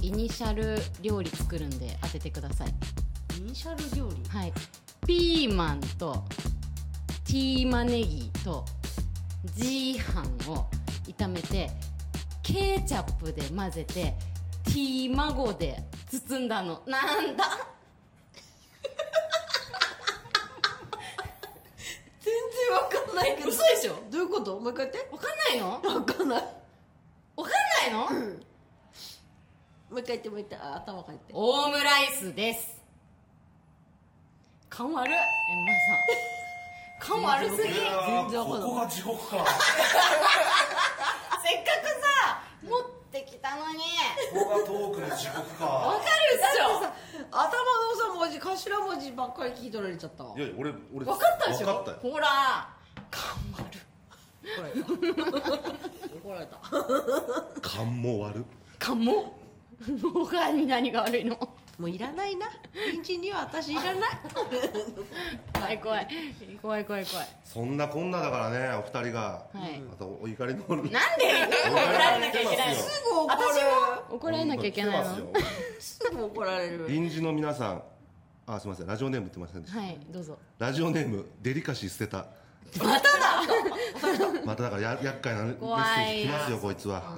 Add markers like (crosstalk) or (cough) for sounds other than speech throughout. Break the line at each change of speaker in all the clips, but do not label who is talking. シャル料理作るんで当ててください
イニシャル料理
はいピーマンとティーマネギとジーハンを炒めてケーチャップで混ぜてティーマゴで包んだのなんだ
全然わかんないけど
嘘でしょ
どういうこともう一回やって
わかんないの
わかんない
わかんないの
もう一回言ってもう一回あ頭かいて
オームライスです感悪っエンマさん感悪すぎせっか
全然わかんない
ここが地獄か
くさ持ってきたのに
ここがトークの地獄
わか
か
るっしょ
頭のさ文字頭文字ばっかり聞い取られちゃったわ
いや俺俺
分かったでしょ
分かったよ
ほら感悪
怒られた怒られた
勘も悪
感も他に何が悪いの
もういらないな人参には私いらない
怖い怖い怖い怖い怖い
そんなこんなだからねお二人が、
はい
またお怒
な
りのなん
んで怒られなきゃいけないの
す
すぐ怒られる
怒られなきゃいけないの
すぐ怒られる
臨時の皆さんあすみませんラジオネーム言ってませんでした、
はいどうぞ
ラジオネームデリカシー捨てたまただまただからや厄介なメッセージ来ますよこいつは、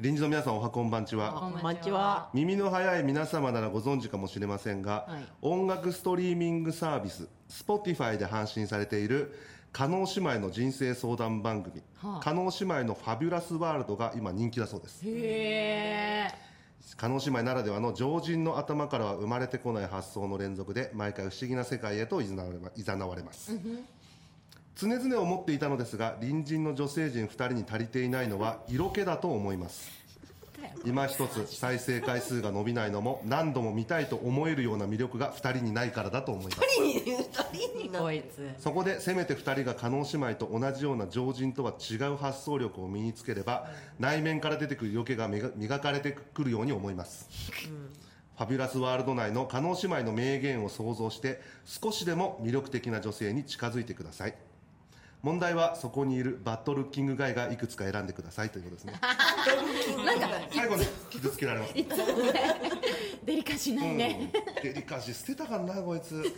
臨時の皆さんおはこんばんちは
こんばんちは
耳の早い皆様ならご存知かもしれませんが、
はい
音楽ストリーミングサービス Spotify で配信されている加納姉妹の人生相談番組、
はあ
加納姉妹のファビュラスワールドが今人気だそうです
へえ
加納姉妹ならではの常人の頭からは生まれてこない発想の連続で毎回不思議な世界へと誘われま誘われます常々思っていたのですが隣人の女性陣2人に足りていないのは色気だと思います今一つ再生回数が伸びないのも何度も見たいと思えるような魅力が2人にないからだと思います
二人にな
こいつ
そこでせめて2人が加納姉妹と同じような常人とは違う発想力を身につければ内面から出てくる余計が磨磨かれてくるように思います、ファビュラスワールド内の加納姉妹の名言を想像して少しでも魅力的な女性に近づいてください問題はそこにいるバッドルッキングガイがいくつか選んでくださいということですね
なんか
最後に傷つけられます
デリカシーないね、
うん、デリカシー捨てたからなこいつ本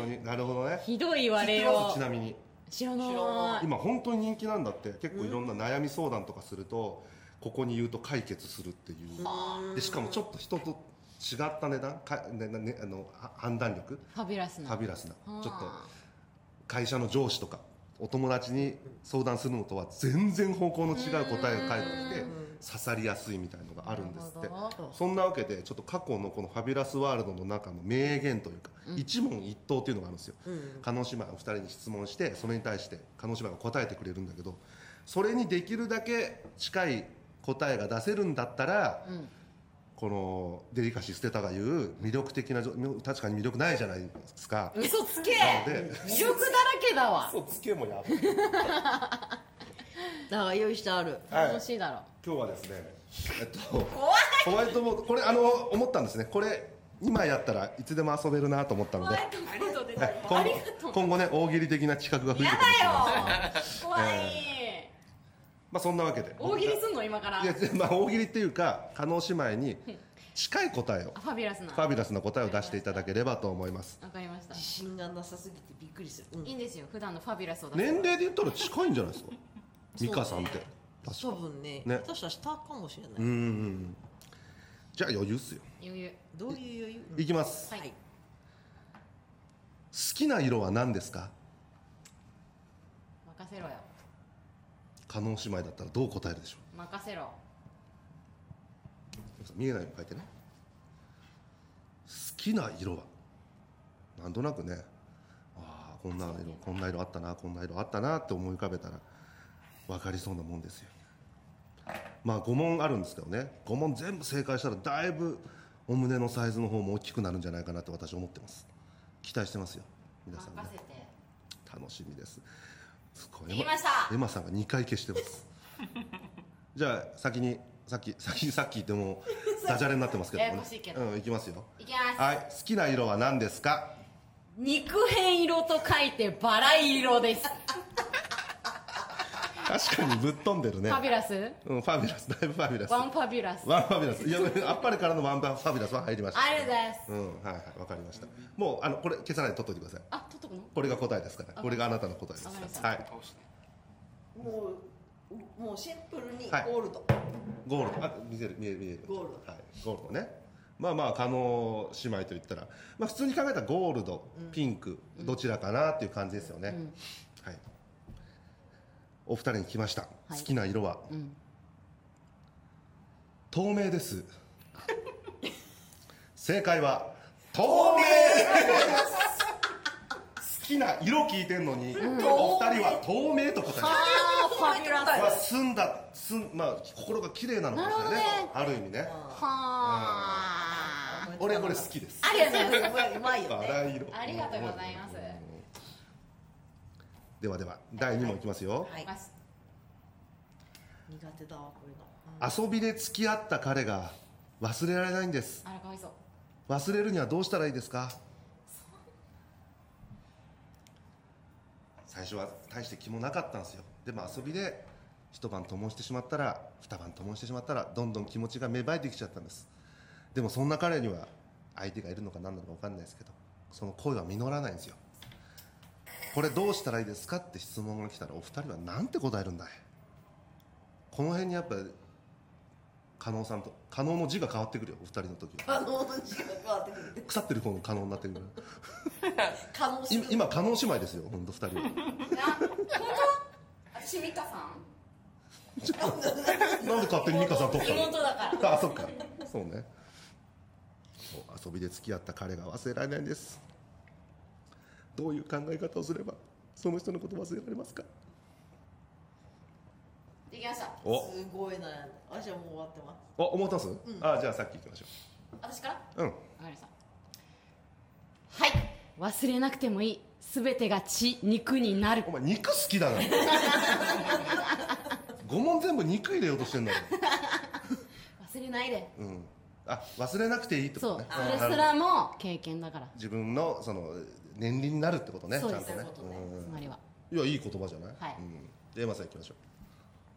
当になるほどね
ひどい言われ
知ってま
よ
すちなみに
知らない
知ら
今本当に人気なんだって結構いろんな悩み相談とかすると、ここに言うと解決するっていうでしかもちょっと人と違った値段か、ねね、あのは判断力
ファビュラス
フ
な
ァビュラスな
はあ
ちょっと会社の上司とかお友達に相談するのとは全然方向の違う答えが返ってきて刺さりやすいみたいのがあるんですっ
な
て
るほど
そんなわけでちょっと過去のこの「ファビュラスワールド」の中の名言というか、一問一答っていうのがあるんですよ叶姉妹お二人に質問してそれに対して叶姉妹が答えてくれるんだけどそれにできるだけ近い答えが出せるんだったら、このデリカシー捨てたが言う魅力的な女確かに魅力ないじゃないですか。
嘘つけ
なので
魅力だらけだわ
そうつけもや
だから用意してある
はい
楽しいだろ
今日はですねえっとホワイトボードこれあの思ったんですねこれ今やったらいつでも遊べるなと思ったので、はい、
ありがとうご
今後今後ね大喜利的な企画が増えてくるかもしれない
怖い、
まあそんなわけで
大喜利すんの今から
いやまあ大喜利っていうか加納姉妹に近い答えを
あファビュラスな
ファビュラスな答えを出していただければと思います
わかりました
自信がなさすぎてびっくりする、うん
いいんですよ普段のファビュラスを出す
年齢で言ったら近いんじゃないですか美香さんって確か
多分ね
ね
私は下かもしれない、
うんうんうんじゃあ余裕っすよ
余裕
どういう余裕、
いきます、
はい
はい
好きな色は何ですか
任せろよ
加納姉妹だったらどう答えるでしょう
任せろ
見えないように書いてね好きな色はなんとなくねああこんな色こんな色あったなこんな色あったなって思い浮かべたら分かりそうなもんですよまあ5問あるんですけどね5問全部正解したらだいぶお胸のサイズの方も大きくなるんじゃないかなと私思ってます期待してますよ皆
任
さんね
せて
楽しみですすご
できました
エマさんが2回消してます (laughs) じゃあ先にさっき先にさっき言っても
(laughs)
うダジャレになってますけど
や
も
や
ね
こしいけど
うんいきますよ
いきます
はい好きな色は何ですか (laughs)
肉片色と書いてバラ色です
確かにぶっ飛んでる
(laughs)
ね
ファビュラス
うん、ファビュラスだいぶファビュラス
ワンファビュラス
ワンファビュラスいやあっぱれからのワンファビュラスは入りました
あれです
うんはいはいわかりましたもうあのこれ消さないで取っといてください
あ取っとくの
これが答えですからこれがあなたの答えで
わかりまし
す
た
はい
もうもうシンプルにゴ
はい
ールド、
ゴールドあ見せる見える見える
ゴール
ドはいゴールドねまあまあ加納姉妹といったら、まあ、普通に考えたらゴールド、ピンクどちらかなっていう感じですよね、
うん
はいお二人に聞きました、
はい
好きな色は
うん
透明です
(laughs)
正解は透明です好きな色聞いてんのに、お二人は透明と答えま
あ
す
ーファビュラス
まあ、澄んだ澄ん、まあ、心が綺麗なのかもしれないね
なる
ある意味ね
はー
俺これ好きです
ありがとうございます
うまいうまいよ
バ
ね
ラ色
ありがとうございます
ではでは第2問いきますよ、
はい
まし
苦手だわこれが
遊びで付き合った彼が忘れられないんです
あらかわいそう
忘れるにはどうしたらいいですか最初は大して気もなかったんですよでも遊びで一晩ともしてしまったら二晩ともしてしまったらどんどん気持ちが芽生えてきちゃったんですでもそんな彼には相手がいるのか何なのか分かんないですけどその恋は実らないんですよこれどうしたらいいですかって質問が来たらお二人は何て答えるんだいこの辺にやっぱ加納さんと加納の字が変わってくるよお二人の時は
可能の字が変わってくる
腐ってる方の可能になってくる
可能
今今加納姉妹ですよ本当二人 (laughs) は
あ本当あシミカさん
なんで勝手に美香さん取ったの
妹だから
あそっかそうねそう遊びで付き合った彼が忘れられないんですどういう考え方をすればその人のこと忘れられますか
できました
お
すごい悩んだ私はもう終わってます
あ思ってます、あじゃあさっき行きましょ
私から
ううん
わかりましたはい忘れなくてもいい全てが血肉になる
お前肉好きだな
(laughs)
5問全部肉入れようとしてんだよ、
忘れないで
うん、あ忘れなくていいってこ
そ
と
う
ね
それすらも経験だから
自分のその年齢になるってことね
そう
ち
で
ゃん
す
とね
そういうこと
つまりは
うんいやいい言葉じゃない、
はい
うん、で山さん行きましょ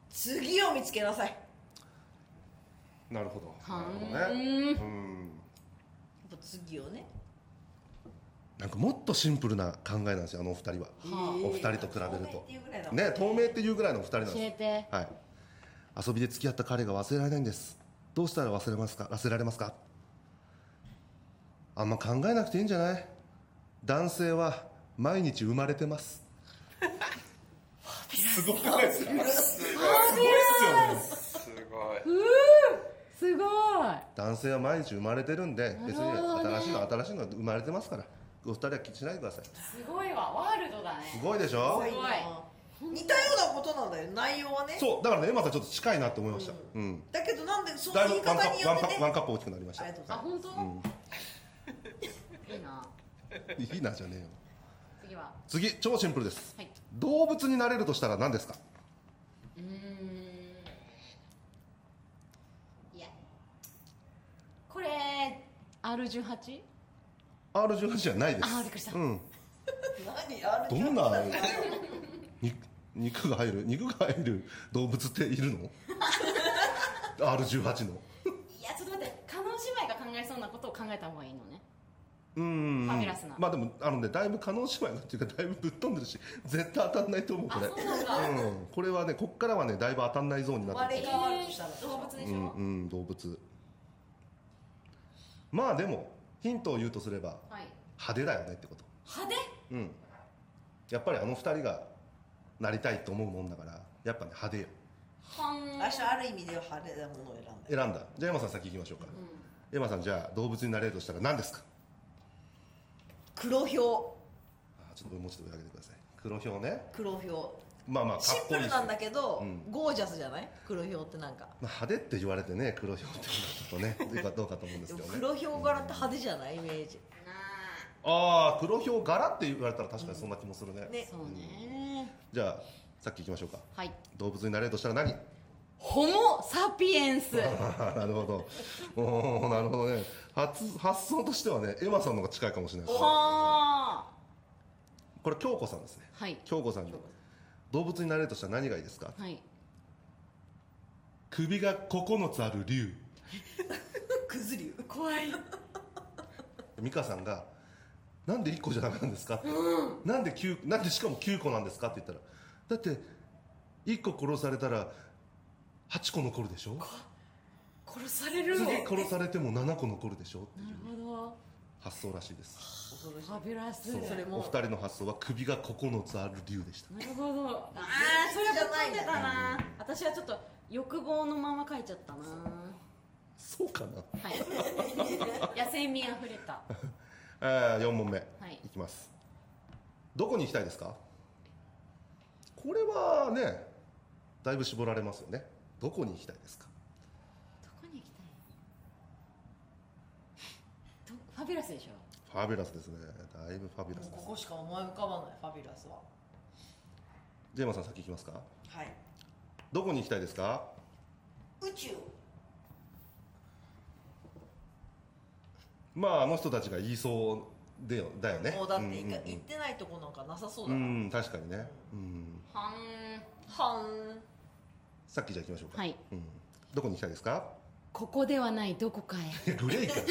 次を見つけなさいや
うなるほど
はーん
なるほどねうん
っぱ次をね
なんかもっとシンプルな考えなんですよあのお二人は
は
お二人と比べる
透明って
と
いうぐらいだもん
ね透明っていうぐらいのお二人なんです
教えて
はい遊びで付き合った彼が忘れられないんですどうしたら忘れますか忘れられますかあんま考えなくていいんじゃない男性は毎日生まれてます
すごくないですかすごいっすよねすごい
すごい
男性は毎日生まれてるんで別に
なるほどね
新しいの新しいのが生まれてますからお二人は気しないでくださいす
すごいわワールドだね
ごいでしょ
すごいな似たようなことなんだよ内容はね
そうだからねエマさんちょっと近いなって思いましたうん、
だけどなんでその
だいぶ
言い
ワンカ
方によ
ッ
って
プワン
ね
カップ大きくなりました
ありがとうござ
あ
います
本当、 (laughs) いいない
いなじゃねえよ
次は
次超シンプルです
はい
動物になれるとしたら何ですか
うーんいやこれ R18?
R18 じゃないです
あーびっくりした
うん、
何ある
どんなに肉が入る肉が入る動物っているの R18 の
いやちょっと待って加納姉妹が考えそうなことを考えた方がいいのね
うん
ファミュラスな
まあでもあのねだいぶ可能姉妹がっていうかだいぶぶっ飛んでるし絶対当たんないと思うこ
あ
れ
そうなんだ
うん、これはねこっからはねだいぶ当たんないゾーンになって
割
る
れがあるとしたら
えー動物でし
う
ょ、
んうん動物まあでもヒントを言うとすれば
はい
派手だよねってこと
派手
うんやっぱりあの二人がなりたいと思うもんだからやっぱね派手よ
はん
私はある意味では派手なものを選んだよ
選んだじゃあ山さん先行きましょうか、エマさんじゃあ動物になれるとしたら何ですか
黒ひょ
あーちょっともうちょっと上上げてください黒ひょうね
う黒ひょう
まあまあか
シ
っ
ン
こ
プ
いい
ル
し
なんだけど、
うん
ゴージャスじゃない黒ひょうってなんか
まあ、派手って言われてね黒ひょうっていうのはち
(laughs)
ょっとねどうかどうかと思うんです
でも
けどね
黒ひょう柄って派手じゃないイメージ
ああ黒ひょう柄って言われたら確かにそんな気もするね,、
ね
そうね
じゃあさっき行きましょうか
はい
動物になれるとしたら何 (laughs)
ホモ・サピエンス
あーなるほどおーなるほどね発発想としてはねエマさんの方が近いかもしれないですね
はあ
これ京子さんですね
はい
京子さんに動物になれるとしたら何がいいですか
はい
首が9つある竜
くずりゅう
怖い
美香さんが「なんで1個じゃダメなんですか?」って、なんで9なんでしかも9個なんですか?」って言ったら「だって1個殺されたら8個残るでしょ
殺される
次
の
殺されても7個残るでしょ?」って
な
いう
るほ
発想らしいです
どファビュラス
そう
それも
お二人の発想は首が9つある竜でした
なるほどあ
あ
ー
ー
そ
そ
れ
れ
は
は
ぶ
ぶ
っ飛
っ飛
ん
ん
で
で
た
た
な
な
私はちょっと欲望のまま書いちゃったな
そうかな
はい (laughs) 野生味あふれた
えー、4問目、
い
い、きますどこに行きたいですかこれはねだいぶ絞られますよねどこに行きたいですか
どこに行きたいどファビュラスでしょ
ファビュラスですねだいぶファビュラス
もう
で
こ
す
こしか思い浮かばないファビュラスは
ジェイマンさん先行きますか
はい
どこに行きたいですか
宇宙
まああの人たちが言いそうでよだよね
もうだって
うんうん
行
う
か
ん
行ってないとこなんかなさそう
う
だなん
確かにね、うん、
は
はん
さっきじゃあ行きましょうか、
はい
うん、どこに行きたいです
(laughs)
か
ここではないどこかへ
いやグレイかグ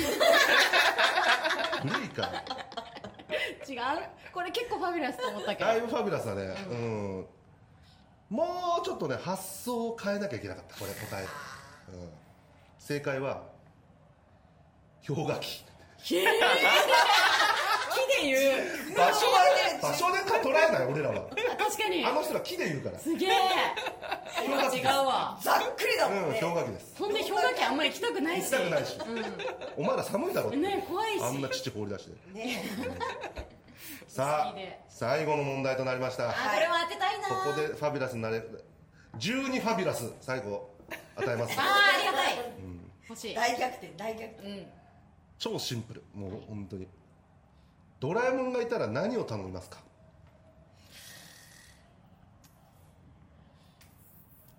レイか
違うこれ結構ファビュラスと思ったけど
だいぶファビュラスだね、うんもうちょっとね発想を変えなきゃいけなかったこれ答え、うん、正解は氷河期
木で言う
場所はね場所で捉えない俺らは
あ確かに
あの人ら木で言うから
す
(laughs)
げえ
氷河期
違
で
うわ
ざっくりだ
すうん
もん
氷
ね
河期です
そんで氷河期あんま行きたくない
行
し
きたくないし、お前ら寒いだろって
ね怖いし
あんな父放り出して
ね
さあ
不思議で
最後の問題となりました
あこれも当てたいな
ここでファビュラスになれ12ファビュラス最後与えます
ああありがたい、欲しい
大逆転大逆転
うん
超シンプルもう本当にドラえもんがいたら何を頼みますか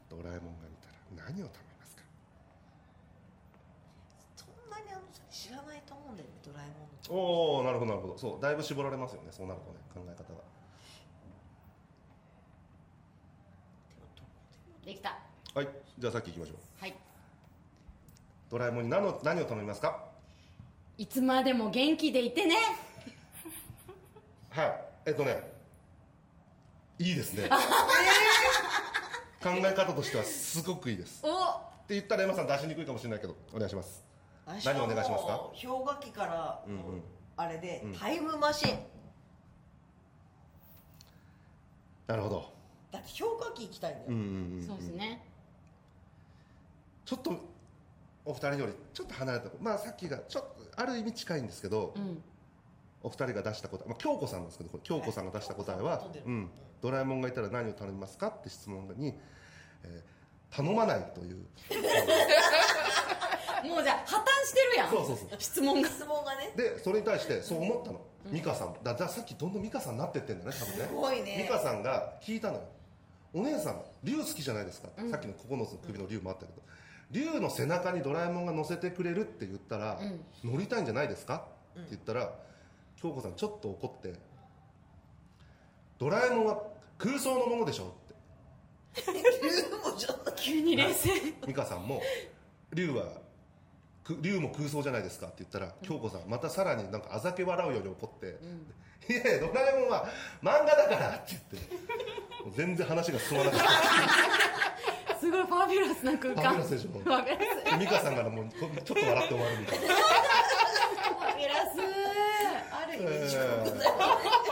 ドラえもんがいたら何を頼みますか
そんなにあの人知らないと思うんだよねドラえもんの
おおなるほどなるほどそうだいぶ絞られますよねそうなるとね考え方
できた
がはいじゃあさっき行きましょう
はい
ドラえもんに何を何を頼みますか
いつまでも元気でいてね
はいえっとねいいですね (laughs) 考え方としてはすごくいいです
お
って言ったらエマさん出しにくいかもしれないけどお願いします
私
何
は
お願いしますか
もう氷河期から
うんうん
もうあれで、
うん
タイムマシン
なるほど
だって氷河期行きたいんだよ、
うんうんうん
そうですね
ちょっとお二人よりちょっと離れたまあさっきがちょっとある意味近いんですけど、
うん
お二人が出した答え、まあ、京子さんなんですけどこれ京子さんが出した答え
は
は、
い京子さんが飛んでる
うん、ドラえもんがいたら何を頼みますかって質問に、えー頼まないという (laughs)
もうじゃあ破綻してるやん
そうそうそう
質問が
質問がね
でそれに対してそう思ったの、美香さんだださっきどんどん美香さんになってってんだね多分ね
すごいね
美香さんが聞いたのよお姉さん竜好きじゃないですか、
うん
さっきの9つの首の竜もあったけど竜の背中にドラえもんが乗せてくれるって言ったら、乗りたいんじゃないですかって言ったら、京子さんちょっと怒ってドラえもんは空想のものでしょって
竜もちょっと
急に冷静
美香さんも (laughs) 「竜はく竜も空想じゃないですか」って言ったら京子さんまたさらになんかあざけ笑うように怒って「いやいやドラえもんは漫画だから」って言ってもう全然話が進まなかっ
すごいファビュラスな空間
ファビュラスでしょ
ファビュラス
た美香さんからもうこちょっと笑って終わるみたいな
ファビュラスある意味
えー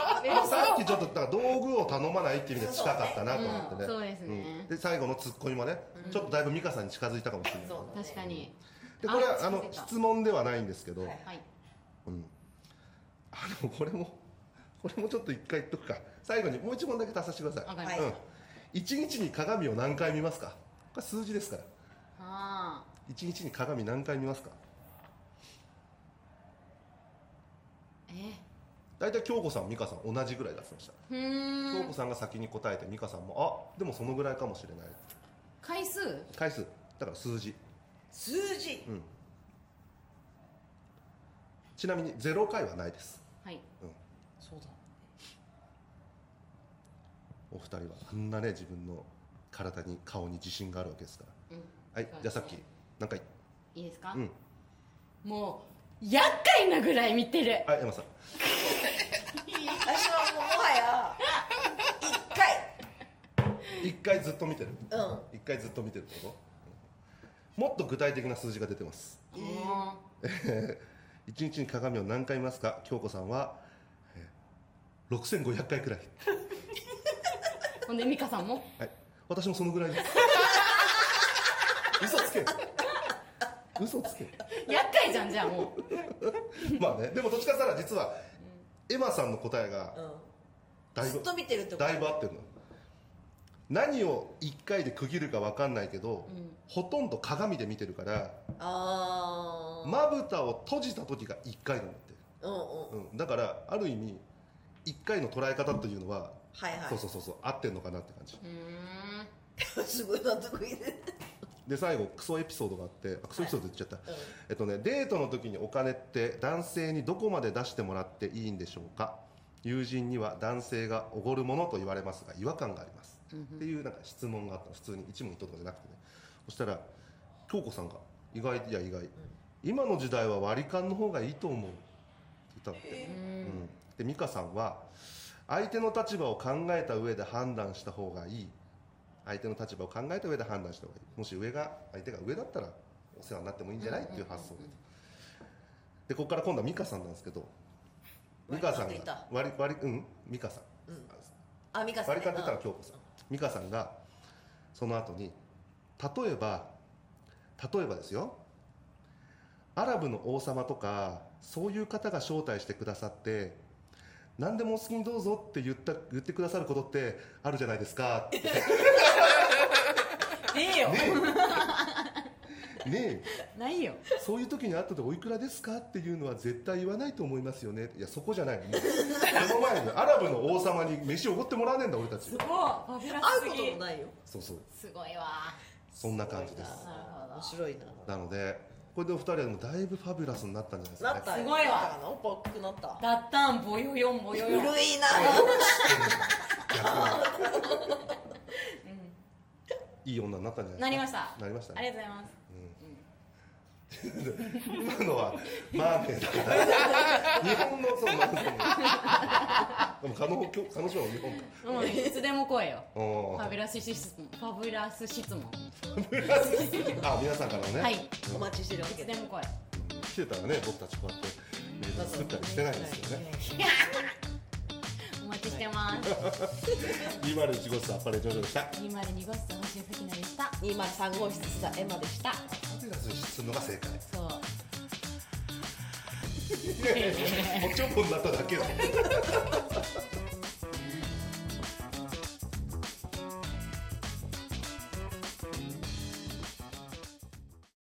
さっきちょっとだから道具を頼まないっていう意味で近かったなと思ってね、
うんそうですね
んで最後のツッコミもね、ちょっとだいぶ美香さんに近づいたかもしれない
そう
確かに
でこれは
あ
あの
近づいた
質問ではないんですけど、
はい
はい
うん、あのこれもこれもちょっと一回言っとくか最後にもう一問だけ足させてくださ
わ
い、
かりまし
はい
た
うん、一日に鏡を何回見ますかこれ数字ですから
あ
一日に鏡何回見ますか
ーえ
大体京子さん美香さん同じぐらい出しました、
ふー
京
ん
子さんが先に答えて美香さんもあでもそのぐらいかもしれない
回数
回数だから数字
数字
うんちなみに0回はないです
はい
そうだ
お二二人はあんなね自分の体に顔に自信があるわけですからはい、じゃあさっき何回
いいですか、
うん
もう厄介なぐらい見てる
はい山さん
私はもうもはや一回
一回ずっと見てる
うん
一回ずっと見てるってこともっと具体的な数字が出てます
も
一日に鏡を何回見ますか京子さんはえー6500回くらい、
うほんで美香さんも
はい、私もそのぐらいです嘘つけ嘘つけ
厄介じゃんじゃあもう
まあねでもどっちかしたら実はエマさんの答えが
う
だ
ん
い
ず
ぶ
っと見てるってこと
だいぶ合ってるの何を1回で区切るか分かんないけど、
うん
ほとんど鏡で見てるから
ああ
まぶたを閉じた時が1回なんだって
うんうん
うん、だからある意味一回の捉え方というのは、
はいはい
そうそうそうそう合ってんのかなって感じ
うーん
すごい納得いいね
で最後クソエピソードがあってあクソエピソード言っちゃった、
うん
えっとねデートの時にお金って男性にどこまで出してもらっていいんでしょうか友人には男性がおごるものと言われますが違和感があります、っていうなんか質問があったの普通に一問一答とかじゃなくてねそしたら京子さんが意外いや意外、今の時代は割り勘の方がいいと思うって言ったのって、うんで美香さんは相手の立場を考えた上で判断した方がいい相手の立場を考えた上で判断した方がいいもし上が相手が上だったらお世話になってもいいんじゃないっていう発想ででここから今度は美香さんなんですけど美香さん
割り勘って言っ
が
た
割り割りうん美香さん、
あ美香さん
割
ね
り勘って言ったら京子さん美香さんがその後に例えば例えばですよアラブの王様とかそういう方が招待してくださって何でもお好きにどうぞって言った言ってくださることってあるじゃないですかって
ねえよ
ね
ないよ
えそういう時に後でおいくらですかっていうのは絶対言わないと思いますよねいやそこじゃないのもうその前にアラブの王様に飯おごってもらわねえんだ俺たち
もうパフェラ
会
す
うことも
ぎ
ないよ
そうそう
すごいわ
そんな感じです
あー面白いな
なのでこれでお二人はでもだいぶファビュラスになったんじ
な
ゃないで
っ
すか、
た
ね、
すごいわ
なっぽくなった
だったんぼよよんぼよ
古
よん
いな
うんいい女になったんじゃな
ないり
で
ますし
か
た
なりました
ありが
ね
とうございます
今のはマーメイだから日本のそうマーメイでも彼女今日彼女は日本か
うん、いつでも来い (laughs) よ。
お
フ
ー
ァビュラス質問。ファビュラス質問。
あ皆さんからのね、
はい。い
お待ちしてるわけ
つでも来い。
来てたらね僕たちこうやってメール作ったりしてないんですよね
お待ちしてます。
201号室あっぱれ上々でしたフ
202号室星野咲菜でした。
203号室さエマでした
ァビュラスにするのが
(laughs)
正解
そう。
おちょぼになっただけだ